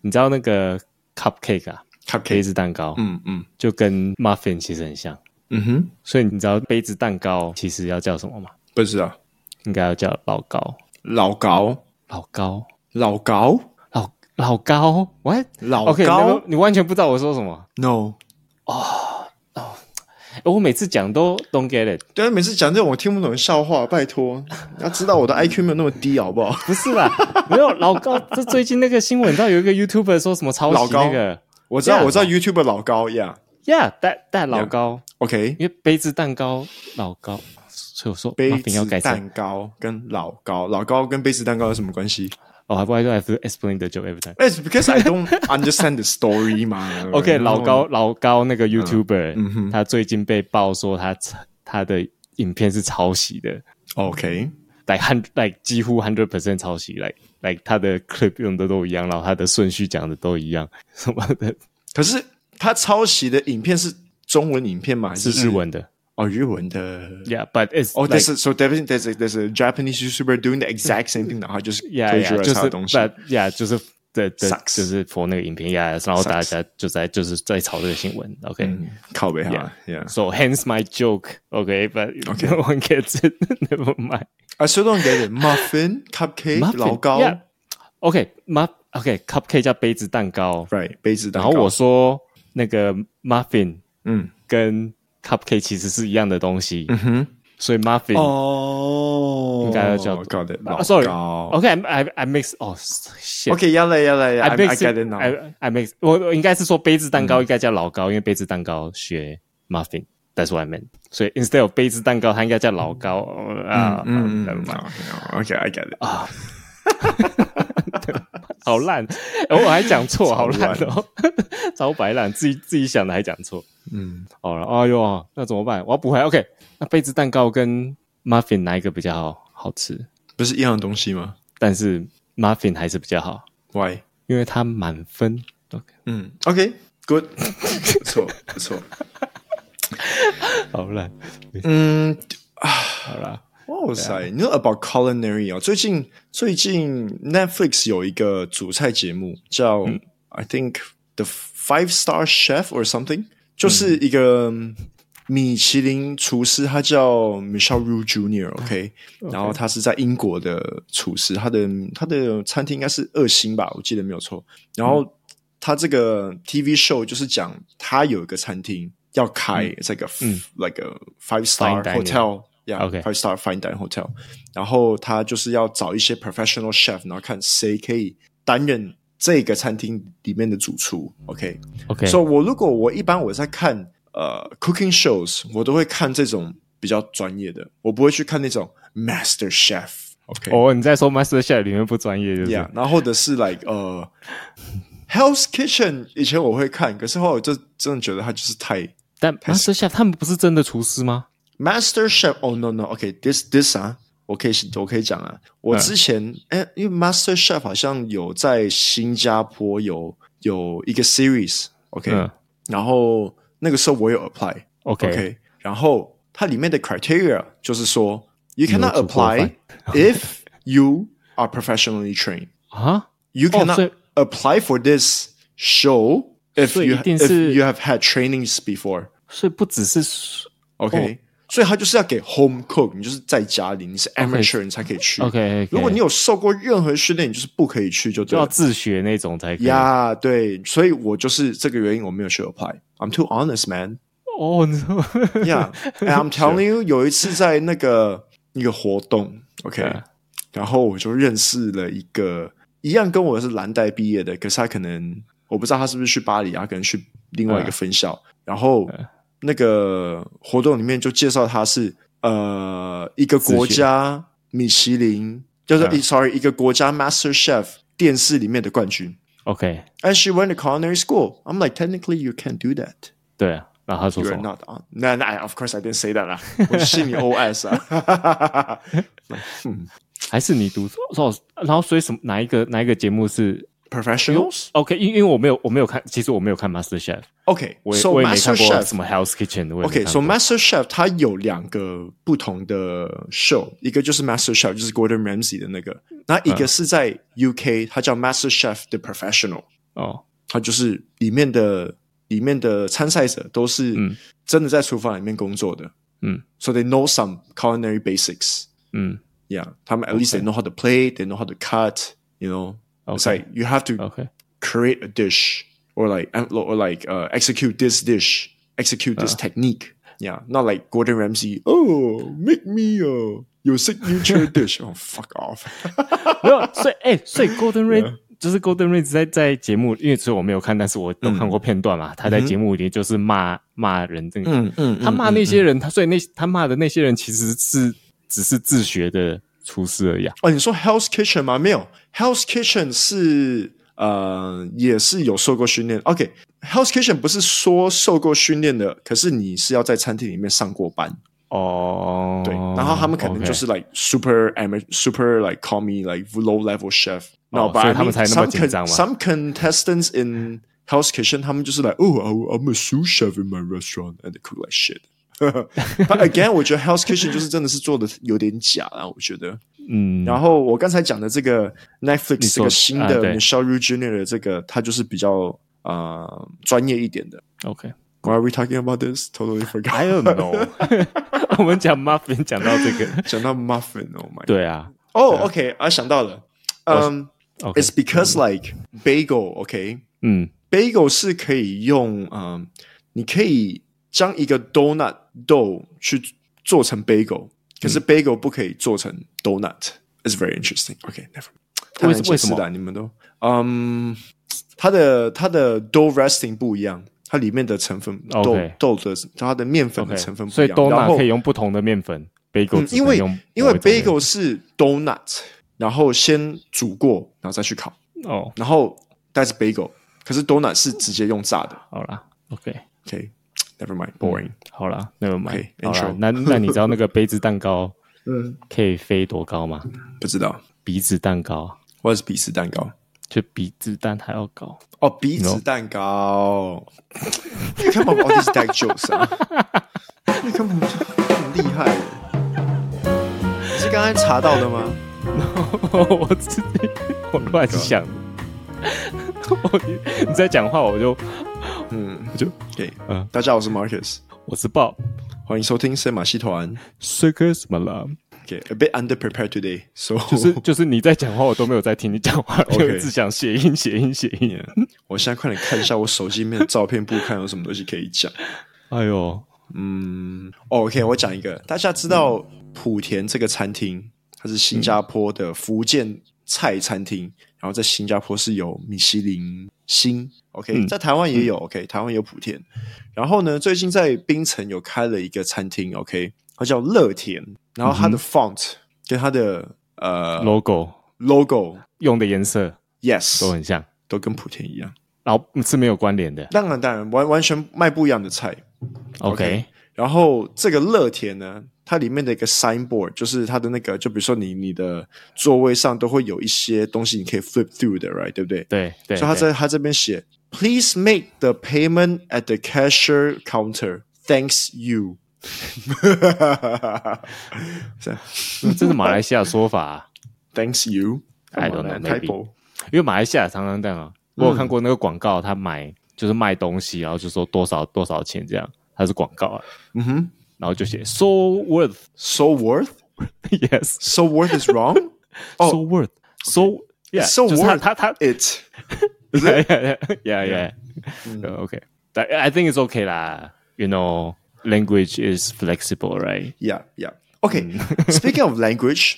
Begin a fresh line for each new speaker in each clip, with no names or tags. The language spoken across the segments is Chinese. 你知道那个 cupcake 啊，杯
cupcake，
子蛋糕，
嗯嗯
就跟 muffin 其实很像，
嗯哼，
所以你知道杯子蛋糕其实要叫什么吗？
不知道，
应该要叫老高，
老高，
老高，
老高
老老高，what？
老
OK，
高
那个你完全不知道我说什么。
，no，
诶我每次讲都 don't get it，
对啊，每次讲这种我听不懂的笑话，拜托，你要知道我的 IQ 没有那么低，好不好？
不 是啦，没有老高。这最近那个新闻，你知道有一个 YouTuber 说什么抄
老
袭
高
那个
我知道，
Yeah
我知道 YouTube 老高，Yeah，OK，、
，Yeah，带带老高因为杯子蛋糕老高，所以我说
杯
muffin 要
子
改成
蛋糕跟老高，老高跟杯子蛋糕有什么关系
哦，还不还 have to explain the joke every time。
？It's because I don't understand the story 嘛。
OK，
然后
老高老高那个 YouTuber，、
嗯哼
他最近被爆说他他的影片是抄袭的
，OK，
，like hundred like 几乎 hundred percent 抄袭，like like 他的 clip 用的都一样，然后他的顺序讲的都一样， 什么的
可是他抄袭的影片是中文影片吗？还
是日？
是
文的。
哦，日文的。
Yeah，but it's
哦、
like,
this is so definitely Oh, there's a, there's a Japanese YouTuber doing the exact same thing，然后他就是
yeah yeah 就
plagiarize 他的
是
东西。
but yeah 就是的的
Sucks
就是播那个影片 yeah，然后
Sucks
大家就在就是在炒这个新闻，OK、
嗯靠背哈
Yeah.
，Yeah，
So hence my joke. Okay, but
Okay.
no one gets it. Never mind.
I still don't get it. Muffin, cupcake，
Muffin,
老高
yeah. OK, mu OK cupcake 加杯子蛋糕。
，Right，杯子蛋
然
糕。
后我说那个 muffin
嗯
跟 cupcake 其实是一样的东西，
嗯哼，
所以 muffin、
哦，
应该要叫
Oh. got it，老
啊
高。
Uh, sorry OK I I, I mix 哦、shit
OK，要嘞要嘞
，I
，I I
mix
get it now。嗯
I I mix 我我应该是说杯子蛋糕应该叫老高，因为杯子蛋糕学 muffin。That's what I meant。所以 instead of 杯子蛋糕，它应该叫老高哦啊。
嗯
，never
嗯
mind Uh.
，OK，I get it。
好烂，哎我还讲 错，好
超烂
烂哦， 超白烂，自己自己想的还讲错。
嗯，
好了，哎呦，那怎么办？我要补回来。OK，那杯子蛋糕跟 muffin 哪一个比较好好吃？
不是一样的东西吗
但是 muffin 还是比较好，
？Why？Mm.
因为它满分。OK，
嗯，OK，Good，不错不错。
好烂，
嗯，
好啦。
哇塞！
啊
你说 about culinary 哦，最近最近 Netflix 有一个主菜节目叫、I
嗯
think the Five Star Chef or something，就是
嗯
一个米其林厨师，他叫 Michelle Rue
啊
Junior，OK，、然后他是在英国的厨师，他的他的餐厅应该是二星吧，我记得没有错。然后
嗯
他这个 TV show 就是讲他有一个餐厅要开这个、like a five star
嗯 Fine dining
hotel。Yeah,
OK
five star fine dining hotel，然后他就是要找一些 professional chef，然后看谁可以担任这个餐厅里面的主厨。OK，
OK，
所以我如果我一般我在看呃 cooking shows，我都会看这种比较专业的，我不会去看那种 master chef。OK，
哦，你在说 Master Chef 里面不专业，就是
Yeah，然后或者是 like 呃、Hell's Kitchen，以前我会看，可是后来我就真的觉得他就是太
但 Master Chef 他们不是真的厨师吗？
Master Chef。哦、no no，OK，this、this 啊，我可以我可以讲啊，我之前哎、因为 Master Chef 好像有在新加坡有有一个 series，OK，、
嗯
然后那个时候我有 apply，
，OK，,
OK，然后它里面的 criteria 就是说，you
有
cannot
煮过
apply
饭
if you are professionally trained.
啊，
You
所
cannot
以
apply for this show if
所以
you
一定
if
是
you have had trainings before.
所以不只是
OK，所以哦他就是要给 home cook，你就是在家里，你是 amateur 你才可以去。
OK，
如果你有受过任何训练，你就是不可以去，就
就
对
要
了。
自学那种才可以。
呀对，所以我就是这个原因，我没有去 apply。I'm too honest, man.
哦，你说
Yeah, and I'm telling you，有一次在那个一个活动，OK，、
Yeah.
然后我就认识了一个一样跟我是蓝带毕业的，可是他可能我不知道他是不是去巴黎啊，他可能去另外一个分校。然后那个活动里面就介绍他是呃一个国家米其林，就是、
Yeah.
sorry 一个国家 Master Chef 电视里面的冠军。
OK，
And she went to culinary school. I'm like, technically, you can't do that.
对啊，然后他说
You
什
are
么？
not on. No, no, I, of course I didn't say that 啦，我是你 OS 啊。
还是你读哦，然后所以什么哪一个哪一个节目是
Professionals?
OK？因因为我没有我没有看，其实我没有看 Master Chef，
OK，
我也
so
我也没
Master
看过什
Chef。
么 House Kitchen，我也没看
OK，so
过。
Master Chef 它有两个不同的 show，一个就是 Master Chef，就是 Gordon Ramsay 的那个，那一个是在 UK，它叫 Master Chef 的 Professional。
哦，
它就是里面的里面的参赛者都是
嗯
真的在厨房里面工作的，
嗯
，so they know some culinary basics。
嗯
Yeah，他们 at least they
Okay.
know how to play, they know how to cut. You know, it's
Okay.
like you have to
，OK，
create a dish or like or like uh, execute this dish, execute this technique. Yeah, not like Gordon Ramsay. Oh, make me a your signature dish. Oh, fuck off.
没有，所以哎、所以 Golden Ray 就是 Golden Ray 在在节目，因为所以我没有看，但是我
嗯
都看过片段嘛。他在节目里就是骂骂人，这个、
嗯嗯
他骂那些人，他所以那他骂的那些人其实是只是自学的厨师而已啊。
Oh, 哦，你说 Hell's Kitchen 吗？没有，Hell's Kitchen 是呃也是有受过训练。OK，Hell's、Kitchen 不是说受过训练的，可是你是要在餐厅里面上过班。
哦，
对，然后他们可能就是 like super amateur, super like call me like low level chef。
哦
No，but
所以
I
他们
mean
才那么
some
紧张
con-
嘛
some contestants in Hell's Kitchen，他们就是 like oh I- I'm a sous chef in my restaurant and they cook like shit。But again，我觉得 Hell's Kitchen 就是真的是做的有点假啊，我觉得。
嗯，
然后我刚才讲的这个
你
Netflix
说
这个新
啊
的
对
Michelle Yu Junior 的这个，它就是比较呃专业一点的。
OK。
Why are we talking about this? Totally forgot.
I don't know 。 我们讲 muffin 讲到这个，
讲到 muffin, oh my.
对啊哦
Oh, OK，啊，想到了。嗯
，OK，
，It's because like bagel, OK,
嗯
bagel 是可以用，嗯，你可以将一个 donut 豆去做成 bagel，
嗯
可是 bagel 不可以做成 donut。It's very interesting. OK, never. 太难解释
为什
的啊你们都，嗯，它的它的 dough resting 不一样，它里面的成分
OK
豆豆的它的面粉的
，OK，
成分不
所
一
以
样，
豆
然
奶
后
可以用不同的面粉，bagel
嗯，
只
因
能
为
用
因为
某一种面
bagel 是 donut，然后先煮过，然后再去烤，
哦，
然后 that's bagel，可是 donut 是直接用炸的。
好啦 o k
OK，never、mind，boring。
好啦，那个买
Okay，
好啦
intro，
那那你知道那个杯子蛋糕
嗯，
可以飞多高吗？
不知道，
鼻子蛋糕
我是比斯蛋糕。
就比子弹还要高。
哦，鼻子
No
蛋糕。You come up with all these d a c jokes 啊？You come up with- 很厉害耶。啊你是刚才查到的吗？
我自己我乱想的。我 你在讲话，我就
嗯，
我就
对，
嗯
大家好，我是 Marcus，
我是豹
欢迎收听森马戏团。
，circus m a l a m
OK，a bit under prepared today，so
就是就是你在讲话，我都没有在听你讲 话，就
OK
一直想谐音谐音谐音。
我现在快点看一下我手机里面的照片簿，看有什么东西可以讲。
哎呦，
嗯、o k 我讲一个，大家知道莆田这个餐厅，它是新加坡的福建菜餐厅，然后在新加坡是有米其林星，OK，、
嗯
在台湾也有、o k 台湾有莆田。然后呢，最近在槟城有开了一个餐厅，OK，它叫乐田，然后它
嗯
的 font 跟它的呃
logo
logo，yes，
用的颜色都很像，
都跟莆田一样。
然后是没有关联的。
当然，当然，完完全卖不一样的菜。
OK，
然后这个乐田呢，它里面的一个 signboard 就是它的那个，就比如说你你的座位上都会有一些东西，你可以 flip through 的，right？对不对？
对对，
所以他
对
在他这边写，Please make the payment at the cashier counter. Thanks you 是啊。
这是马来西亚说法啊、
Thanks you.
I don't know, maybe.
Typo.
因为马来西亚常常这样啊，我有看过那个广告，他买就是卖东西，然后就说多少多少钱这样，它是广告啊，
嗯哼
然后就写 so worth
Mm-hmm.，So worth.
yes
So worth is wrong.
so worth 哦 so yeah
So
就是他
worth
他他
It.
yeah yeah yeah, yeah, yeah. OK But I think it's okay 啦，you know language is flexible right
Yeah, yeah. OK, speaking of language，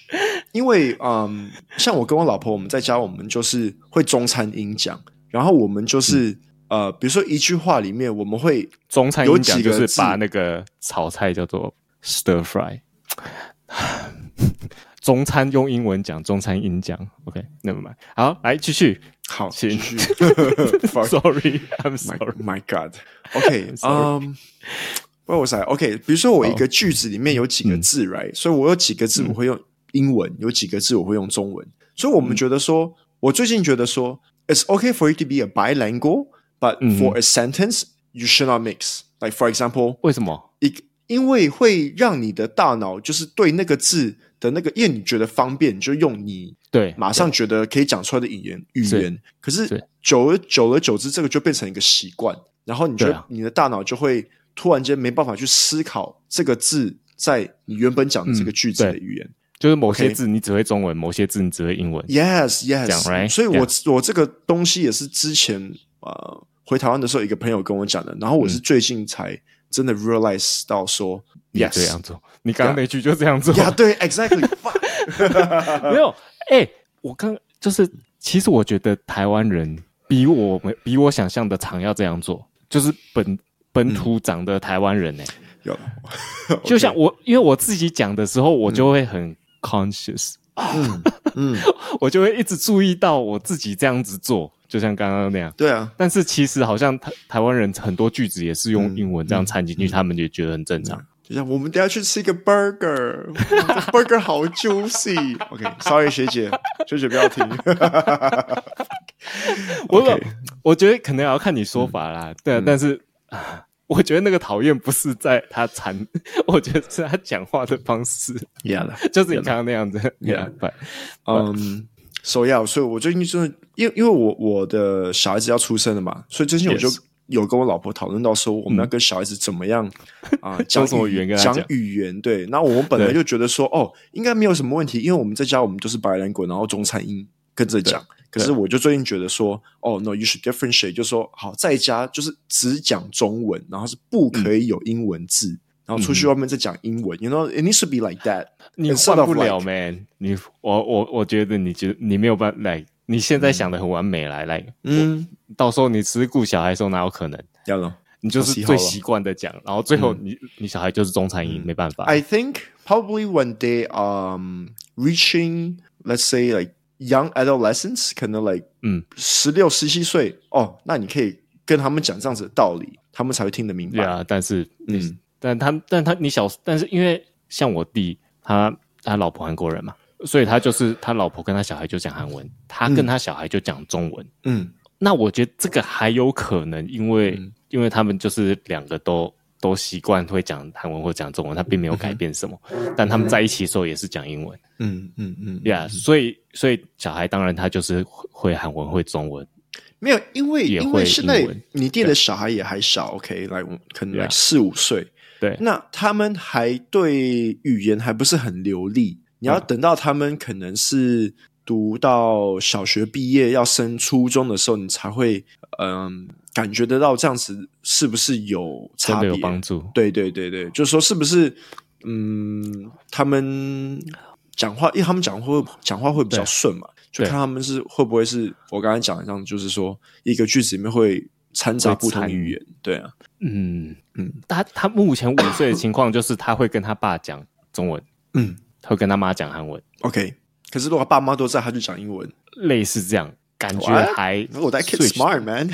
因为嗯像我跟我老婆，我们在家我们就是会中餐英讲，然后我们就是、呃，比如说一句话里面，我们会
中餐
有
英讲
几
就
个
是
字
把那个炒菜叫做 stir fry。中餐用英文讲，中餐英讲，OK，那么买好，来继续。
好
请
继续 Fuck
Sorry, I'm
my
sorry.
Oh my God. OK, 嗯、不 w h a I? OK，比如说我一
哦
个句子里面有几个
嗯
字、right，所以我有几个字我会用英文，有几个字我会用中文，所以我
嗯
们觉得说，我最近觉得说，It's okay for you to be a bilingual, but
嗯
for a sentence you should not mix. Like for example,
为什么？
一个，因为会让你的大脑就是对那个字的那个，因为你觉得方便，你就用你
对，
马上觉得可以讲出来的语言语
是
言，可是
是
久而久而久之，这个就变成一个习惯，然后你就、
对啊
你的大脑就会突然间没办法去思考这个字在你原本讲的这个句
嗯
子
对
的语言。
就是某些
OK
字你只会中文，某些字你只会英文。
Yes, yes，
讲，right？
所以我我这个东西也是之前呃回台湾的时候，一个朋友跟我讲的，然后
嗯
我是最近才真的 realize 到说
你这
，yes，
样做，你刚刚那句就这样做，
呀，对，exactly，fuck 嗯
没有，哎、我刚就是，其实我觉得台湾人比我们比我想象的常要这样做，就是本本土长的台湾人呢、欸
有，嗯
就像我，因为我自己讲的时候，我就会很 conscious，、
嗯，
我就会一直注意到我自己这样子做，就像刚刚那样。
对啊，
但是其实好像台台湾人很多句子也是用
嗯
英文这样掺进去，他们也觉得很正常。
就像我们等一下去吃一个 burger，burger 好 juicy。OK，sorry、学姐，学姐不要听。
我
OK 嗯
我觉得可能也要看你说法啦，对啊，但是 啊我觉得那个讨厌不是在他缠， 我觉得是他讲话的方式，
yeah，
就是你刚刚那样子。
Yeah.
Yeah，but-
嗯，首要，所以我最近就是因为因为我我的小孩子要出生了嘛，所以最近我就
Yes 嗯
有跟我老婆讨论到说，我们要跟小孩子怎么样 啊、
用
讲
什么语言跟他
讲
讲
语言。对，那我们本来
对
就觉得说，哦，应该没有什么问题，因为我们在家我们就是白人滚，然后中餐英跟着讲。可是我就最近觉得说，哦，no，you should differentiate，就说好在家就是只讲中文，然后是不可以有英文字，然后出
嗯
去外面再讲英文。You know, it needs to be like that.
你
Instead
换
of
不了
like-
man，你我我我觉得你觉得你没有办法来，你现在想的很完美来来，
嗯，
到时候你只顾小孩的时候哪有可能？
要了。
你就
我喜
是
好
最
了
习惯的讲，然后最
嗯
后你你小孩就是中餐音，没办法。
I think probably when they um reaching let's say like young adolescence，可能 like
嗯
十六十七岁哦，那你可以跟他们讲这样子的道理，他们才会听得明
对
白。
啊，但是，
嗯
嗯，但他但他你小，但是因为像我弟，他他老婆韩国人嘛，所以他就是他老婆跟他小孩就讲韩文，他跟他小孩就讲中文。
嗯
那我觉得这个还有可能，因为、因为他们就是两个都都习惯会讲韩文或讲中文，他并没有改变什么，但他们在一起的时候也是讲英文
嗯嗯嗯，
呀、Yeah，所以所以小孩当然他就是会会韩文会中文，
没有，因为
也
因为
会
现在
英文
你弟的小孩也还小，OK，来、我可能来
Yeah
四五岁，
对
那他们还对语言还不是很流利，你要等到他们可能是读到小学毕业要升初中的时候，你才会嗯感觉得到这样子是不是有
真
差
的
别？
有帮助。
对对对对，就是说是不是嗯他们讲话，因为他们讲话会讲话会比较
对
顺嘛，就
对
看他们是会不会是我刚才讲的这样，就是说一个句子里面会掺杂
会
不同
掺
语言，对啊，
嗯
嗯
嗯，他他目前五岁的情况就是他会跟他爸讲中文，
嗯
他会跟他妈讲韩文，
，OK。可是如果爸妈都在，他就讲英文。
类似这样，感觉
What？
还
Oh, that kid's
switch
smart, man.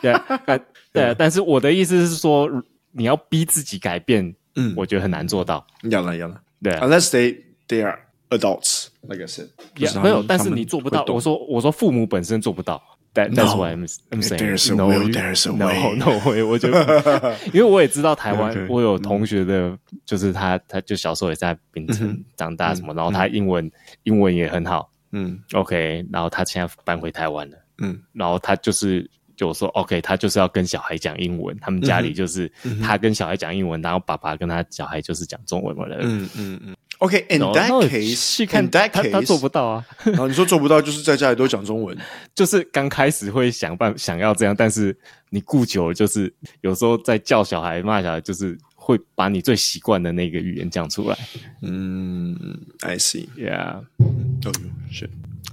对但
嗯
对，但是我的意思是说，你要逼自己改变，
嗯
我觉得很难做到。
要了要了
对啊，
，unless they they are adults, like I said. 就
也
他们
没有，但是
他们
你做不到
会。懂
我说我说父母本身做不到。但但是
No.
我 I'm I'm saying
There's a
no,
will,
you-
there's a
no,
way.
no way，我觉 得，因为我也知道台
Okay. 嗯
湾，我有同学的，就是他，他就小时候也在槟城长大什么，然后他英文英文也很好，
嗯
OK，然后他现在搬回台湾了，
嗯，
然后他就是就说 OK，他就是要跟小孩讲英文，他们家
嗯
里就是、他跟小孩讲英文，然后爸爸跟他小孩就是讲中文嘛的。
嗯嗯嗯。OK, in
然后
that
那我
case,
去看
in that
他他做不
case，
到啊，
然后你说做不到，就是在家里都讲 中文。
就是刚开始会想办想要这样，但是你顾久了，就是有时候在叫小孩骂小孩，就是会把你最习惯的那个语言讲出来。
嗯，I see.
Yeah，OK，、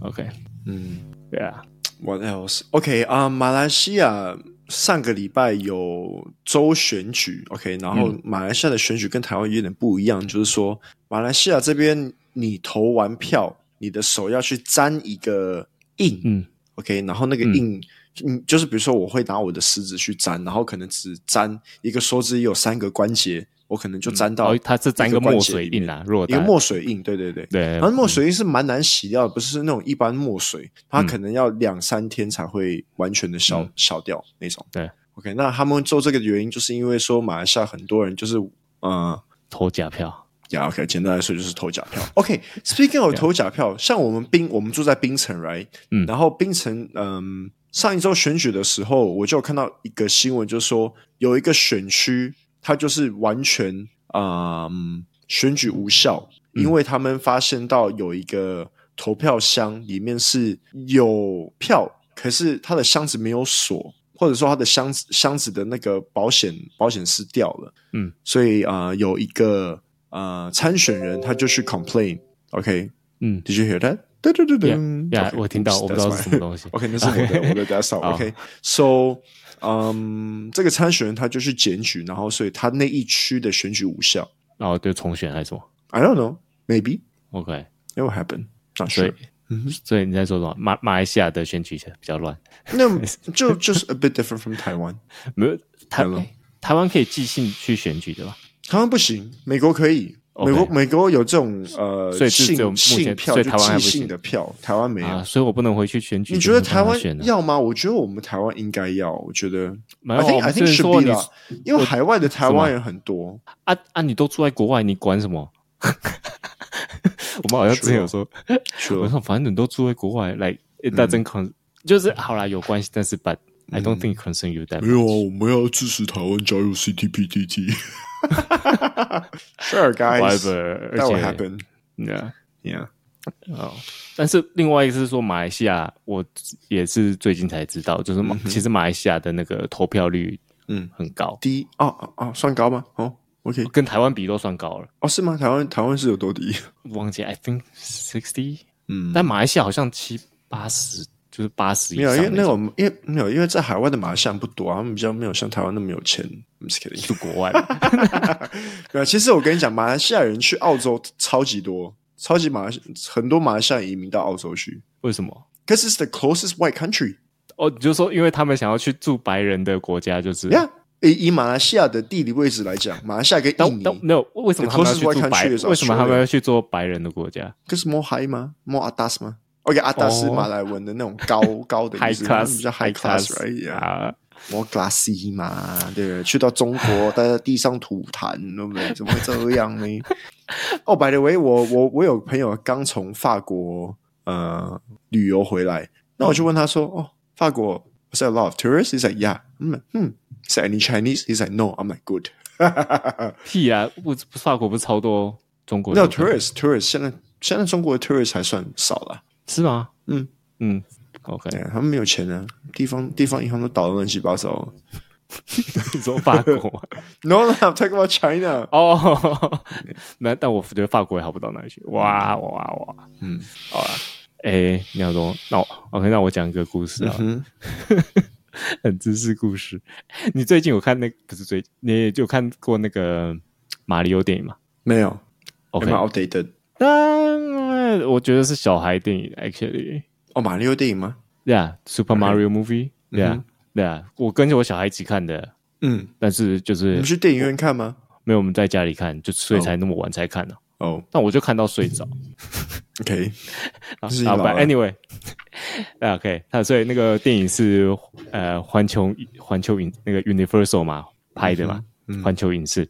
Oh shit. 嗯
对啊，
，What else? OK 啊，马来西亚上个礼拜有州选举，OK，然后马来西亚的选举跟台湾有点不一样，就是说马来西亚这边你投完票，你的手要去沾一个印，
嗯
OK，然后那个印，嗯，就是比如说我会拿我的食指去粘，然后可能只粘一个手指也有三个关节，我可能就粘
然
到
后
嗯哦一
哦他是沾
个
个
关
墨
节
水
里面
印啊，如果
一个
他
墨水印，对对对。
对，
然后墨水
嗯
印是蛮难洗掉的，不是那种一般墨水，它可能要两三天才会完全的消、
嗯
消掉那种。
对
，OK，那他们做这个的原因，就是因为说马来西亚很多人就是，呃，
投假票，
呀、yeah,，OK，简单来说就是投假票。OK，Speaking、of 投假票，像我们槟，我们住在槟城，right？
嗯
然后槟城，嗯，上一周选举的时候，我就有看到一个新闻，就是说有一个选区，它就是完全，嗯，选举无效，因为他们发现到有一个投票箱里面是有票，可是它的箱子没有锁，或者说它的箱子箱子的那个保险保险丝掉了。所以啊、呃有一个呃参选人他就去 complain。OK，Did、
嗯
you hear that？对对对对，
呀我听到，我不知道是什么 东西。
OK，那是 我的我的 d e s k t o
好
OK，So，嗯，这个参选人他就去检举，然后所以他那一区的选举无效。
然后就哦重选还是什么
I don't know，maybe
？OK，
it will happen。Not
所
sure.
以所以你在说什么？马马来西亚的选举比较乱，
那就就是 a bit different from 台湾。
没有台
Hello
哎台湾可以寄信去选举的吧？
台湾不行，美国可以。
OK
美国美国有这种呃
所以是只有
信
目前
信票，
所以
就
台湾还
寄
不
信
行
的票，台湾没有。
啊，所以我不能回去选举。
你觉得
就没
台
办法
湾
选了？
要吗？我觉得我们台湾应该要。我觉得
没有
，I think
我
I
们
think
就是说
should be
你
啦，因为海外的台湾人很多。
啊啊！你都住在国外，你管什么？ 我们好像之前有说，我
说
说反正你都住在国外，来、it
Mm
doesn't con，、就是好啦，有关系，但是 but I
Mm
don't think concern you that
没有啊，我们要支持台湾加入 CTPTT。Sure, guys.
whatever，而
That will
且
happen.
yeah，
Yeah.
哦，但是另外一个是说马来西亚，我也是最近才知道，就是马、其实马来西亚的那个投票率
嗯
很高，
低哦哦哦，算高吗？哦，OK。
跟台湾比都算高了，
哦，是吗？台湾台湾是有多低？
忘记 I think sixty，、
嗯，
但马来西亚好像七八十，就是八十以
没有，
上
因为那
种
种因为没有，因为在海外的马来西亚不多啊，他们比较没有像台湾那么有钱。I'm just kidding.
是国外，
对啊，其实我跟你讲，马来西亚人去澳洲超级多，超级马来西很多马来西亚移民到澳洲去
为什么？
，because it's the closest white country。
哦，你就说因为他们想要去住白人的国家，就是
Yeah，以以马来西亚的地理位置来讲，马来西亚跟印
但
尼
但 no，为什么他
The
们要去
closest
住
white
白？
country is
为什么他们
Australia.
要去做白人的国家
，because more high 吗？more atas 吗？OK，阿达是
哦
马来文的那种高高的
？High
意思，他们
class，
比较 high class，right？Yeah，more
啊，
classy 嘛，对不对？去到中国，待在地上吐痰，对不对？怎么会这样呢？哦、b y the way，我我我有朋友刚从法国呃旅游回来，那我就问他说，哦，法国 was there a lot of tourists? He's like, yeah. I'm like, hmm. Is there any Chinese? He's like, no. I'm like, good.
屁啊！不，法国不是超多中国
那
人
tourist tourist 现在现在中国的 tourist 还算少了，
是吗？
嗯
嗯，OK，
对他们没有钱啊，地方地方银行都倒得乱七八糟。
你说法国吗
No, no, I'm talking about China.
哦，那但我觉得法国也好不到哪里去，哇哇哇！
嗯，
好啦，哎，你好多，那我 OK，那我讲一个故事啊，
嗯，
很知识故事。你最近有看那不是最，你有看过那个马里奥电影吗
没有
？OK，
，I'm outdated.
但我觉得是小孩电影，actually。
哦，马里奥电影吗？
Yeah，Super Mario Movie。
嗯
Yeah，Yeah，我跟着我小孩一起看的，
嗯，
但是就
你
是
们去电影院看吗？
没有我们在家里看，就所以才那么晚才看呢、
哦
那我就看到睡着。
，OK，
啊
是你
啊
老
，but
了
anyway，OK，那所以那个电影是呃环球环球影那个 Universal 嘛拍的嘛，
嗯
环球影视。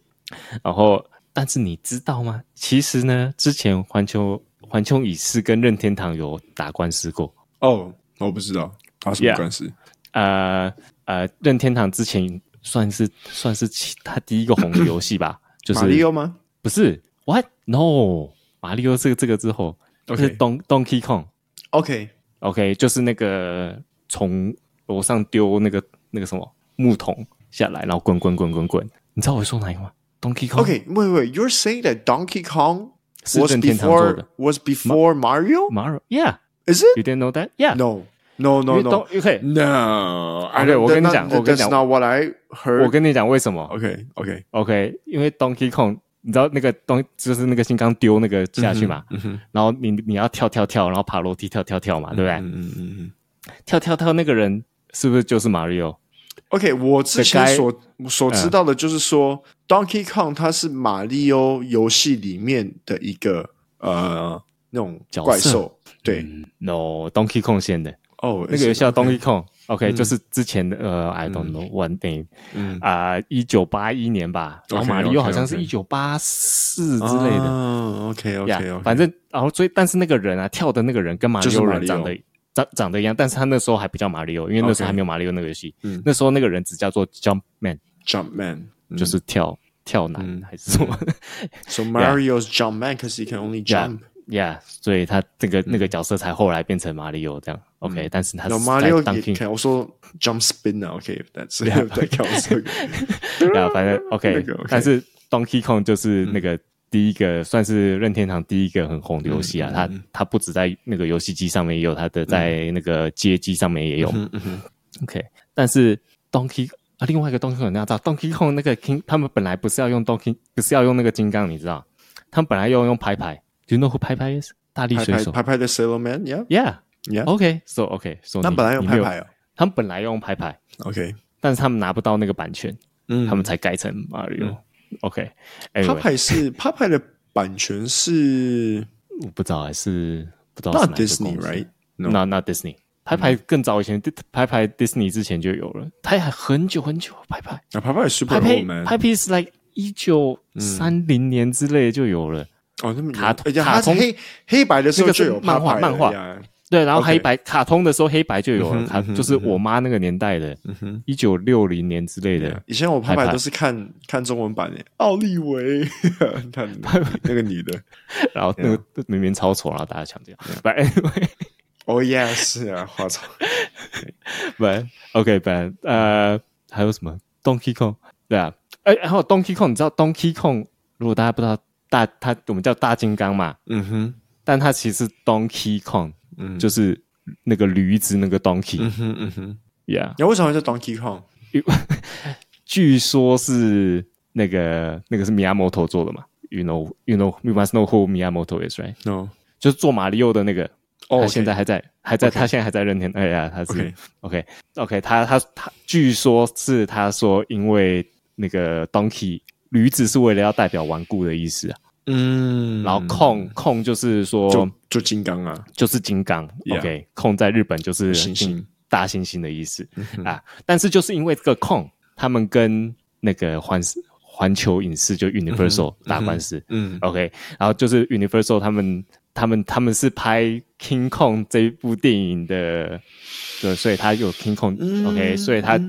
然后，但是你知道吗？其实呢，之前环球环球影视跟任天堂有打官司过。
哦，我不知道，啊，什么
Yeah
关系？
呃呃，任天堂之前算是算是其他第一个红的游戏吧，就
马里
是
奥吗
不是 What No 马里奥这个这个之后就是
OK
Don Donkey Kong
？OK，
OK，就是那个从楼上丢那个那个什么木桶下来，然后滚滚滚滚滚，你知道我说哪一个吗？Donkey Kong
Okay, wait, wait. You're saying that Donkey Kong
是
was
任天堂做的
before was before Mario?
Mario Yeah
Is it?
You didn't know that Yeah
No, no, no,
You
no,
don't- OK
no. I
OK，
don't-
我跟你
that-
讲
that-
我跟你讲
that's not what I
我
heard.
跟你讲为什么
OK, OK.
OK，因为 Donkey Kong，你知道那个东就是那个金刚丢那个下去
嗯
嘛，然后你你要跳跳跳，然后爬楼梯跳跳跳嘛，对不对？
嗯嗯嗯嗯。
跳跳跳那个人是不是就是 Mario？
OK，我之
The guy-
前所所知道的就是说，Donkey Kong 它是马里奥游戏里面的一个呃那种
角色
怪兽。对，
，No，Donkey Kong 先的，
哦，
嗯那个游戏叫 Donkey Kong。OK，
嗯
就是之前的呃，I don't know one name
嗯
啊，一九八一年吧，然后
OK，
马里奥好像
OK，OK
是一九八四之类的。
o k
呀
OK 啊 OK，
反正然后所以，但是那个人啊，跳的那个人跟马里
就是
奥
马
人
里
长
奥
得长长得一样，但是他那时候还不叫马里奥，因为那时
OK
候还没有马里奥那个游戏，
嗯
那时候那个人只叫做 Jump Man，
Jump Man
就是跳跳男、
嗯
还是什么
So Mario's Jump Man because he can only jump.
Yeah，所以他这
嗯
个那个角色才后来变成马里奥这样。OK，但是他是
No
在
Mario
Donkey
he can also jump spin now. Okay, if that's if that counts. Okay.
啊，反正 OK，
那个，OK 嗯
但是 Donkey Kong 就是那个第一个，算是任天堂第一个很红的游戏啊。
嗯
它它不止在那个游戏机上面也有，它的在那个街机上面也
嗯
有。OK，但是 Donkey 啊，另外一个 Donkey Kong 你要知道，Donkey Kong 那个 King，他们本来不是要用 Donkey，不是要用那个金刚，你知道？他们本来要用拍拍，Do you know who 拍拍 is？大力水手。
拍拍的 Sailor Man, yeah,
Yeah.
yeah.
哦 OK，so OK，so
那本来用拍拍哦
他们本来用拍拍，
OK，
但是他们拿不到那个版权，
嗯
他们才改成 Mario。OK，哎，
拍拍是拍拍的版权是
我不知道还是不知道是
not
哪一个
Disney
公司
right？
那那 Disney 拍拍更早以前，拍拍 Disney 之前就有了，它还很久很久，拍拍
那拍拍
拍
super old
拍
man
拍拍是 like 一九三零年之类就有了，
哦，那么
卡通
哎呀
卡
它是
通
黑黑白的时候就
那
有
个是漫画
Popeye 了
漫画
呀
对，然后
OK
黑白卡通的时候黑白就有
嗯哼
了，卡
嗯哼嗯
就是我妈那个年代的，一九六零年之类的，
以前我拍
拍
拍
拍
都是看看中文版的，奥利维， 看那个女的
然后那个明明超丑，然后大家抢这样，but anyway。
，Oh yes 啊，我操，
本 OK 本呃还有什么 Donkey Kong 对啊，哎、然后 Donkey Kong 你知道 Donkey Kong 如果大家不知道大它我们叫大金刚嘛，
嗯哼，
但它其实是 Donkey Kong，嗯，就是那个驴子那个 Donkey，
嗯哼，嗯哼，
呀、
你为什么叫 Donkey Kong？
据说是那个那个是 Miyamoto 做的嘛，You know You know You must know who Miyamoto is right，
No，
就是做马里奥的那个。
哦
他现在还在，还在，他现在还在任天，哎呀，他是
OK
OK OK，他他他，据说是他说，因为那个 Donkey 驴子是为了要代表顽固的意思啊，
嗯，
然后控控就是说
就就金刚啊，
就是金刚
Yeah
，OK，控在日本就是
猩猩
大猩猩的意思
嗯
啊，但是就是因为这个控，他们跟那个环环球影视就 Universal 打官司，
嗯
OK，然后就是 Universal 他们他们他们是拍《King Kong》这一部电影的，对，所以他有 King Kong，OK，、OK，所
嗯
以他、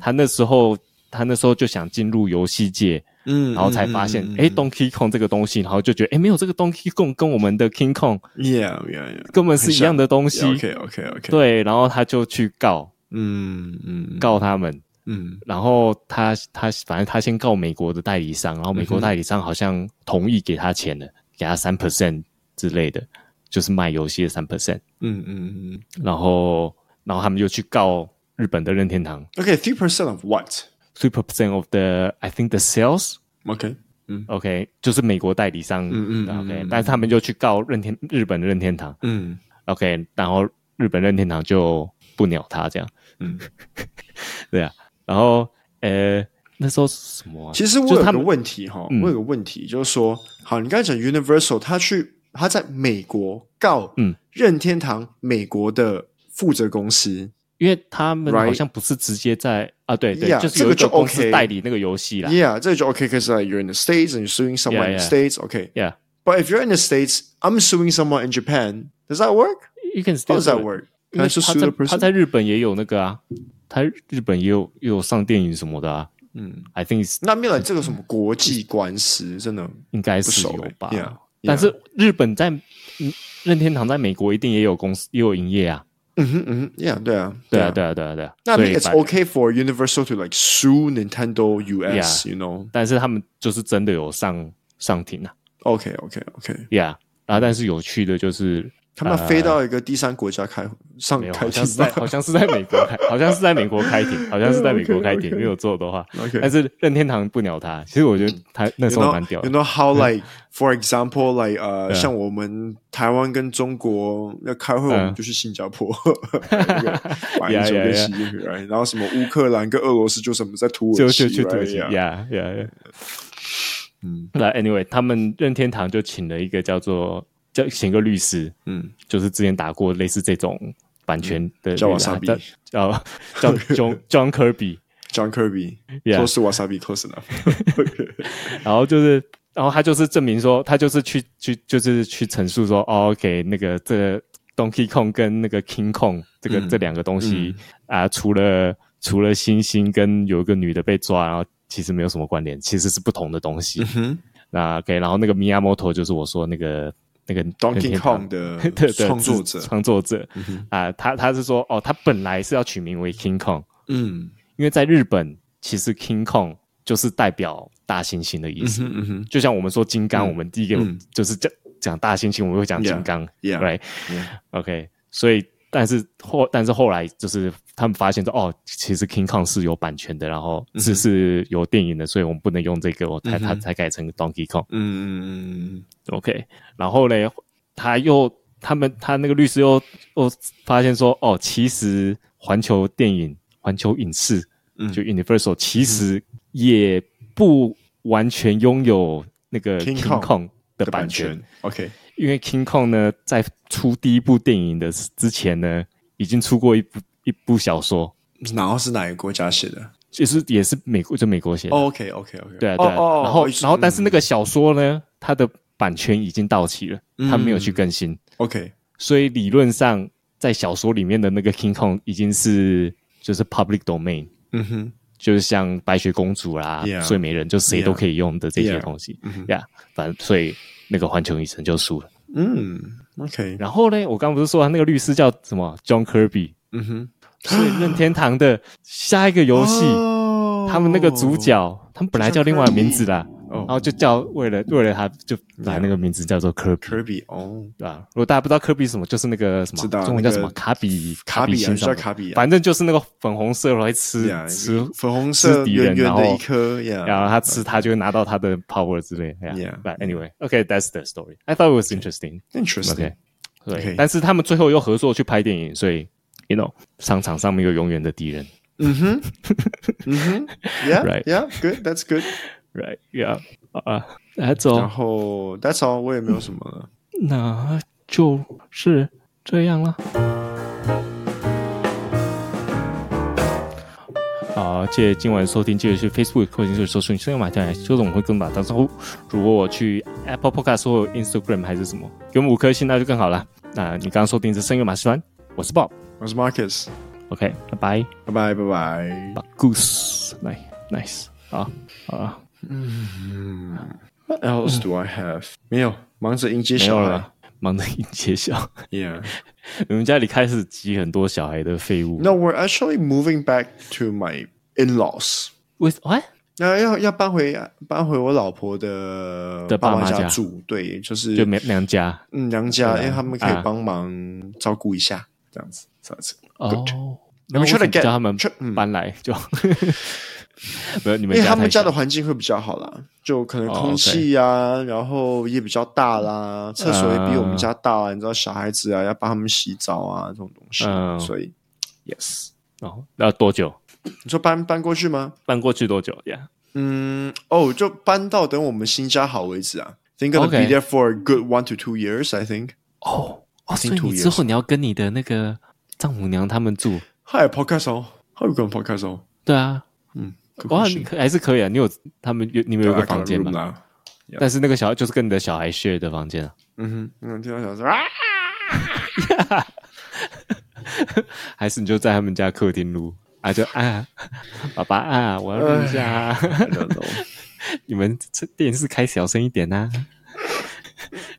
他那时候他那时候就想进入游戏界，
嗯，
然后才发现诶 Donkey Kong 这个东西，然后就觉得诶没有这个 Donkey Kong 跟我们的 King Kong
，Yeah，Yeah，Yeah，
根本是一样的东西，
，OK，OK，OK，
对，然后他就去告
嗯嗯
告他们，
嗯
然后他他反正他先告美国的代理商，然后
嗯
美国代理商好像同意给他钱了，给他三 percent 之类的，就是卖游戏的三 percent。
嗯嗯嗯
然后然后他们就去告日本的任天堂
，OK，three percent of what？OK，
three percent of the I think the sales。
嗯
OK，就是美国代理商，
嗯嗯嗯
OK，但是他们就去告任天日本的任天堂
嗯
，OK，然后日本任天堂就不鸟他这样，
嗯。
对啊，然后呃那时候是什么、啊？
其实我
就是
有
他
个
们
问题哈，我有个问题就是说，好，你刚才讲 Universal，他去他在美国告
嗯
任天堂美国的负责公司，
因为他们
Right
好像不是直接在啊，对对
Yeah，
就是有一
这个就
个公司
OK
代理那个游戏啦。
Yeah，这个就 OK，可是 like you're in the States and you're suing someone in
Yeah,
the
yeah.
States. Okay.
Yeah,
But if you're in the States, I'm suing someone in Japan. Does that work?
you can
How
still
does that
do it.
work?
因
Can I
为
just
他
sue the
在他
person?
在日本也有那个啊，他日本也有也有上电影什么的啊。嗯，I think it's-
那没有这个什么国际官司，真的
应该是
熟
有
欸
吧
Yeah，。
但是日本在嗯任天堂在美国一定也有公司也有营业啊。
嗯哼嗯哼，Yeah，对啊，
对啊，。对啊，对啊，对啊。
那
所
I
以
think it's
反
okay for Universal to like sue Nintendo US,
Yeah.
you know?
但是他们就是真的有上上庭啊。
Okay, okay, okay.
Yeah，然后但是有趣的就是
他们要飞到一个第三国家开上
没有，好
开庭
像是 在好像是在美国开，好像是在美国开庭，好像是在美国开庭，没有做的话
OK
但是任天堂不鸟他，其实我觉得他那时
You
候
know,
蛮屌
you
的。
know how like for example like 呃、
对啊
像我们台湾跟中国要开会，我
嗯
们就去新加坡，那个马英九
Yeah, yeah,
跟习近平，right？然后 什么乌克兰跟俄罗斯就什么在土
就
耳其
就去土耳其
right？Yeah
，Yeah Yeah，嗯，那 Anyway，他们任天堂就请了一个叫做叫请个律师，
嗯
就是之前打过类似这种版权的
叫
那个
Wasabi
啊叫叫 John John Kirby，
John Kirby
Yeah.
close to wasabi close enough
然后就是，然后他就是证明说，他就是去去就是去陈述说，哦，OK，那个这个 Donkey Kong 跟那个 King Kong 这个、
嗯
这两个东西啊、除了除了星星跟有一个女的被抓，然后其实没有什么关联，其实是不同的东西。
哼
那 OK，然后那个 Miyamoto 就是我说那个那个任
Donkey
天堂
Kong 的
对对
创作
制
者，嗯
创作者啊、他他是说哦，他本来是要取名为 King Kong，
嗯
因为在日本其实 King Kong 就是代表大猩猩的意思，
嗯哼
就像我们说金刚，
嗯
我们第一个
嗯
就是讲讲大猩猩，我们会讲
Yeah，
金刚
yeah，嗯
right？OK，所以但是后但是后来就是他们发现说，哦，其实 King Kong 是有版权的，然后
嗯
是是有电影的，所以我们不能用这个，我才他才改成 Donkey Kong。
嗯
OK，然后嘞，他又他们他那个律师又又发现说，哦，其实环球电影、环球影视
嗯
就 Universal 其实也不完全拥有那个
King
King
Kong
Kong 的
的
版
版
权，
权，OK，
因为 King Kong 呢在出第一部电影的之前呢，已经出过一部一部小说，
然后是哪个国家写的
就是也是美国就美国写的，
？OK OK OK，
对啊，对
哦
啊。
哦，
然后，
哦
然后，但是那个小说呢，它的版权已经到期了，它没有
嗯
去更新，
OK，
所以理论上在小说里面的那个 King Kong 已经是就是 public domain，
嗯哼，
就是像白雪公主啦、
Yeah
睡美人，就谁都可以用的这些
Yeah
东西。呀、反正所以那个环球影城就输了。
嗯，OK，
然后呢，我刚不是说他那个律师叫什么 John Kirby，
嗯哼，
所以任天堂的下一个游戏，
哦
他们那个主角，他们本来叫另外名字啦，
哦
然后就叫为了为了他就把那个名字叫做 Kirby。
Kirby，哦，
对吧？如果大家不知道科比是什么，就是那个什
知
么
道
中文叫什么
那个
卡比
卡比啊
星什么
就叫卡比啊
反正就是那个粉红色来吃
Yeah，
吃，
粉红
吃
色
敌人
圆圆
然后
的一颗，Yeah，
然后他吃它就会拿到他的 power 之类。Yeah,
Yeah.
but anyway, okay, that's the story. I thought it was interesting.
Interesting，
Okay, 对
Okay.，
但是他们最后又合作去拍电影，所以 you know 商场上面有永远的敌人。
嗯哼，嗯哼
，Right
，Yeah，Yeah，Good，That's good。
Right, yeah, 啊、that's
然
all.
后 That's all，我也没有什么了。
那就是这样了。好，谢谢今晚的收听，记得去 Facebook 或者是搜索“声优马电台”，周总会跟我们打招呼。如果我去 Apple Podcast 或 Instagram 还是什么，给我们五颗星那就更好了。那你刚刚收听是声优马戏团，我是 Bob，OK，、
我是 Marcus，
OK，拜拜，
拜拜，拜拜。
把 Goose 来，nice，好，好了，
What else do I have？没有，忙着迎接
没有
小孩。
了， 忙着迎接小，
Yeah.
你们家里开始挤很多小孩的废物。
No, we're actually moving back to my in-laws.
With what？
那要要搬回搬回我老婆的
的爸
爸
妈
妈
家
住，对，就是
就没娘家。
嗯娘家，因为他们可以
啊
帮忙照顾一下，这样子，这样子。
哦，
你们
去
try to get-
叫他们
try- 嗯
搬来就， 没有你们
因为他们
太
家
小
的环境会比较好啦，就可能
哦嗯
空气呀、然后也比较大啦，厕所也比我们家大啦。你知道小孩子啊，要帮他们洗澡啊，这种东西，
嗯
所以，yes，
哦，要多久
你说搬搬过去吗？
搬过去多久呀？
嗯，哦，就搬到等我们新家好为止啊。Think gonna
OK
be there for a good one to two years, I think.
哦哦，所以
two
你之后你要跟你的那个丈母娘他们住，
Hi, podcast 哦，How you going podcast 哦？
对啊，
嗯，
哇，你可还啊是可以啊，你有他们有你们有一个房间吧？
吧？
但是那个小孩就是跟你的小孩 share 的房间啊，
嗯哼，嗯，听到小声 啊，
还是你就在他们家客厅录啊？就 啊，爸爸啊，我要录一下啊，
I don't know.
啊你们这电视开小声一点呐、